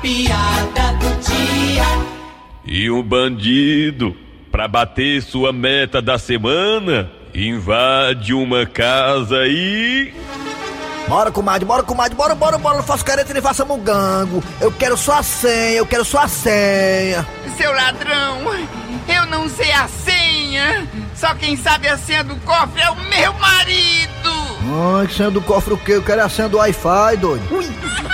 piada do dia. E um bandido, pra bater sua meta da semana, invade uma casa e. Bora, comadre, bora, comadre, bora, bora, bora, não faço careta nem faça mugango. Eu quero só a senha, eu quero só a senha. Seu ladrão, eu não sei a senha. Só quem sabe a senha do cofre é o meu marido. Ai, senha do cofre o quê? Eu quero a senha do Wi-Fi, doido. Ui.